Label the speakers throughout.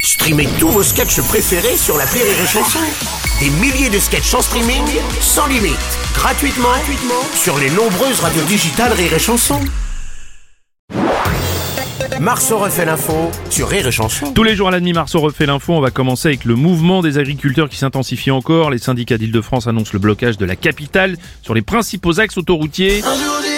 Speaker 1: Streamez tous vos sketchs préférés sur la Rire et Chanson. Des milliers de sketchs en streaming, sans limite, gratuitement, gratuitement sur les nombreuses radios digitales Rire et Chanson. Marceau refait l'info sur Rire et Chanson.
Speaker 2: Tous les jours à la demi-mars, on refait l'info. On va commencer avec le mouvement des agriculteurs qui s'intensifie encore. Les syndicats d'Île-de-France annoncent le blocage de la capitale sur les principaux axes autoroutiers.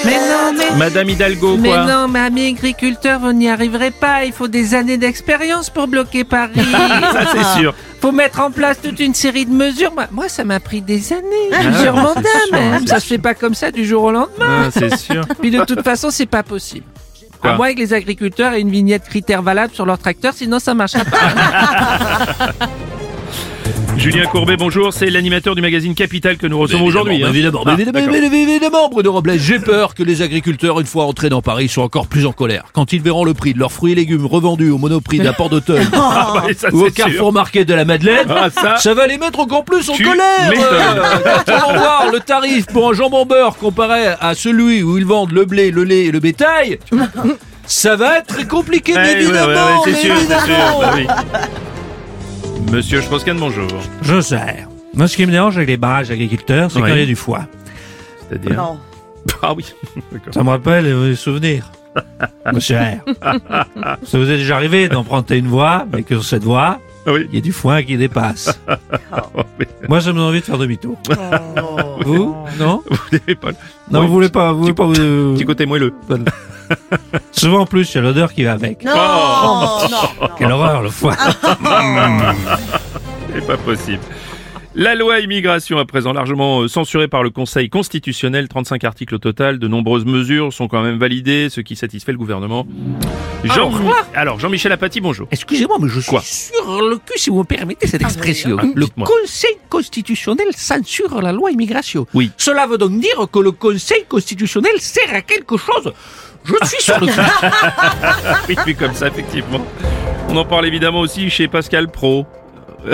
Speaker 3: Mais non, mais,
Speaker 2: Madame Hidalgo,
Speaker 3: mais
Speaker 2: quoi
Speaker 3: non, mais amis agriculteurs, vous n'y arriverez pas. Il faut des années d'expérience pour bloquer Paris. Ah.
Speaker 2: Ça,
Speaker 4: Ah.
Speaker 2: c'est sûr.
Speaker 3: faut mettre en place toute une série de mesures. Moi, moi, ça m'a pris des années, plusieurs
Speaker 2: ouais,
Speaker 3: mandats
Speaker 2: Ah, c'est sûr,
Speaker 3: même.
Speaker 2: c'est
Speaker 3: Ça se fait pas comme ça du jour au lendemain.
Speaker 2: Ah, c'est sûr.
Speaker 3: Puis de toute façon, c'est pas possible.
Speaker 2: Quoi
Speaker 3: à moins que les agriculteurs aient une vignette critère valable sur leur tracteur, sinon ça marchera pas.
Speaker 2: Julien Courbet, bonjour. C'est l'animateur du magazine Capital que nous recevons
Speaker 5: Mais
Speaker 2: aujourd'hui.
Speaker 5: évidemment,
Speaker 2: hein.
Speaker 5: mais Évidemment,
Speaker 2: Ah,
Speaker 5: mais évidemment,
Speaker 2: d'accord.
Speaker 5: mais évidemment, Bruno Robles, j'ai peur que les agriculteurs, une fois entrés dans Paris, soient encore plus en colère. Quand ils verront le prix de leurs fruits et légumes revendus au monoprix de la Porte d'Auteuil
Speaker 2: Ah, bah, ça,
Speaker 5: ou au
Speaker 2: c'est sûr.
Speaker 5: Carrefour Market de la Madeleine,
Speaker 2: Ah, ça-
Speaker 5: ça... va les mettre encore plus en
Speaker 2: Tu
Speaker 5: colère.
Speaker 2: m'étonnes.
Speaker 5: Euh, Quand ils vont voir le tarif pour un jambon beurre comparé à celui où ils vendent le blé, le lait et le bétail, ça va être très compliqué,
Speaker 2: Eh, Ouais,
Speaker 5: mais
Speaker 2: ouais,
Speaker 5: évidemment,
Speaker 2: ouais, ouais, c'est
Speaker 5: mais
Speaker 2: sûr, c'est sûr.
Speaker 5: évidemment.
Speaker 2: bah oui. Monsieur Strauss-Kahn, bonjour.
Speaker 6: Je sers. Moi, ce qui me dérange avec les barrages agriculteurs, c'est
Speaker 2: Oui.
Speaker 6: qu'il y a du foie.
Speaker 2: C'est-à-dire Ah oui, d'accord.
Speaker 6: Ça me rappelle euh, des souvenirs. Monsieur R. Ça vous est déjà arrivé d'emprunter une voie, mais que sur cette voie,
Speaker 2: Ah oui.
Speaker 6: il y a du foin qui dépasse.
Speaker 2: oui.
Speaker 6: Moi, ça me donne envie de faire demi-tour. Vous Non
Speaker 2: Vous n'avez pas le
Speaker 6: Non,
Speaker 2: Oui,
Speaker 6: vous voulez pas, vous voulez pas vous...
Speaker 2: petit côté moelleux.
Speaker 6: Souvent, en plus, il y a l'odeur qui va avec.
Speaker 7: Non, non,
Speaker 6: Quelle horreur, le foie.
Speaker 2: C'est pas possible. La loi immigration, à présent largement euh, censurée par le Conseil constitutionnel, 35 articles au total, de nombreuses mesures sont quand même validées, ce qui satisfait le gouvernement. Jean Alors, Jean-Michel Apathy, bonjour.
Speaker 4: Excusez-moi, mais je suis
Speaker 2: Quoi
Speaker 4: sur le cul, si vous me permettez cette expression.
Speaker 2: Ah,
Speaker 4: le
Speaker 2: dites-moi.
Speaker 4: Conseil constitutionnel censure la loi immigration.
Speaker 2: Oui.
Speaker 4: Cela veut donc dire que le Conseil constitutionnel sert à quelque chose. Je suis sur le cul.
Speaker 2: Oui, oui, comme ça, effectivement. On en parle évidemment aussi chez Pascal Pro.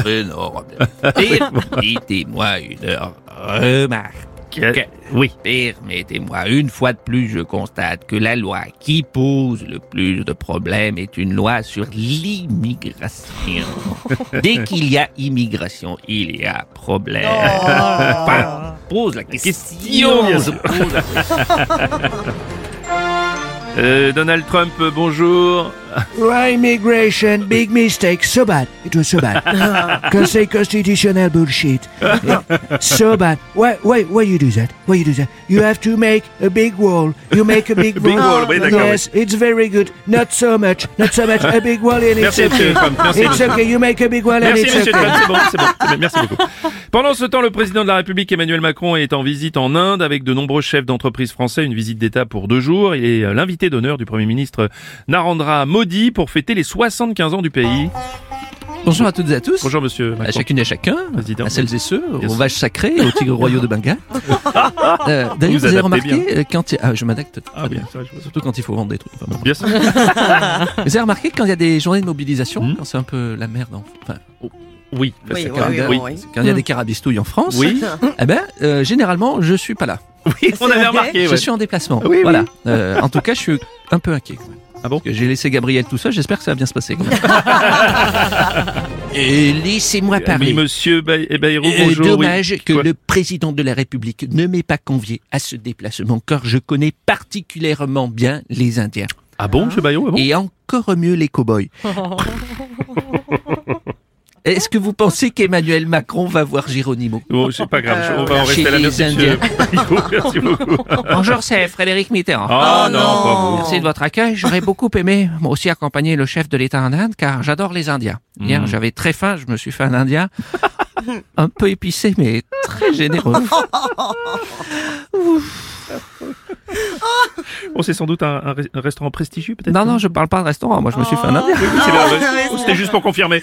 Speaker 5: Mais non, Robles.
Speaker 4: Permettez-moi une remarque.
Speaker 2: Quel- Oui.
Speaker 4: Permettez-moi, une fois de plus, je constate que la loi qui pose le plus de problèmes est une loi sur l'immigration. Dès qu'il y a immigration, il y a problème. Enfin, pose la question.
Speaker 2: bien sûr. Euh, Donald Trump, euh, bonjour.
Speaker 8: Immigration, big mistake, so bad. It was so bad. Conseil constitutionnel bullshit. so bad. Why, why, why you do that? Why you do that? You have to make a big wall. You make a big wall.
Speaker 2: Big wall, oui, d'accord,
Speaker 8: yes, it's very good. Not so much. Not so much. A big wall and
Speaker 2: Merci,
Speaker 8: it's
Speaker 2: monsieur
Speaker 8: okay.
Speaker 2: Trump. Merci,
Speaker 8: It's okay. You make a big wall and
Speaker 2: Merci,
Speaker 8: it's
Speaker 2: monsieur
Speaker 8: okay.
Speaker 2: Trump, c'est bon, c'est bon, c'est bien, merci beaucoup. Pendant ce temps, le président de la République, Emmanuel Macron, est en visite en Inde avec de nombreux chefs d'entreprise français, une visite d'État pour deux jours. Il est euh, l'invité d'honneur du Premier ministre Narendra Modi pour fêter les 75 ans du pays.
Speaker 4: Bonjour à toutes et à tous.
Speaker 2: Bonjour, monsieur
Speaker 4: À
Speaker 2: Macron.
Speaker 4: chacune et à chacun,
Speaker 2: Président.
Speaker 4: à celles et ceux,
Speaker 2: Bien
Speaker 4: aux
Speaker 2: sûr.
Speaker 4: vaches sacrées, et aux tigres royaux de Bengale. Euh,
Speaker 2: Vous
Speaker 4: D'ailleurs, vous,
Speaker 2: adaptez
Speaker 4: avez remarqué, euh, quand il y a- ah, je m'adapte très
Speaker 2: Ah oui,
Speaker 4: bien.
Speaker 2: ça, je vois ça.
Speaker 4: Surtout quand il faut vendre des trucs. Enfin, bon.
Speaker 2: Bien sûr.
Speaker 4: Vous avez remarqué que quand il y a des journées de mobilisation,
Speaker 2: Hmm.
Speaker 4: quand c'est un peu la merde, en- enfin,
Speaker 2: Oui, là,
Speaker 7: Oui,
Speaker 2: c'est
Speaker 7: oui,
Speaker 2: quand même-
Speaker 7: oui,
Speaker 2: oui.
Speaker 7: oui.
Speaker 4: quand il y a des carabistouilles en France,
Speaker 2: Hmm. Oui.
Speaker 4: eh ben, euh, généralement, je suis pas là.
Speaker 2: Oui, on avait
Speaker 7: vrai.
Speaker 2: remarqué.
Speaker 4: Je
Speaker 2: ouais.
Speaker 4: suis en déplacement.
Speaker 2: oui.
Speaker 4: voilà. Euh, en tout cas, je suis un peu inquiet. quand même.
Speaker 2: Ah bon
Speaker 4: Parce que J'ai laissé Gabriel tout seul, j'espère que ça va bien se passer. quand même. Et Euh, laissez-moi
Speaker 2: Oui,
Speaker 4: parler.
Speaker 2: monsieur Bay- eh, Bayrou,
Speaker 4: Euh,
Speaker 2: Euh, bonjour. oui.
Speaker 4: dommage que
Speaker 2: Quoi
Speaker 4: le président de la République ne m'ait pas convié à ce déplacement, car je connais particulièrement bien les Indiens.
Speaker 2: Ah bon, monsieur Bayrou ah bon
Speaker 4: Et encore mieux les cow-boys. Est-ce que vous pensez qu'Emmanuel Macron va voir Géronimo
Speaker 2: Bon, c'est pas grave, on va en
Speaker 4: Chez
Speaker 2: rester là.
Speaker 4: les
Speaker 2: Merci, monsieur Bayrou, merci beaucoup.
Speaker 4: Bonjour, c'est Frédéric Mitterrand.
Speaker 2: Ah non, pas vous.
Speaker 4: Merci de votre accueil. J'aurais beaucoup aimé, moi aussi, accompagner le chef de l'État en Inde, car j'adore les Indiens. Hier,
Speaker 2: Mm.
Speaker 4: j'avais très faim, je me suis fait un Indien. un peu épicé, mais très généreux.
Speaker 2: Bon, Oh, c'est sans doute un, un re- un restaurant prestigieux, peut-être
Speaker 4: Non, non, je parle pas de restaurant. Moi, je me suis fait un Indien.
Speaker 2: Oui, oui, c'est vrai, ouais. C'était juste pour confirmer.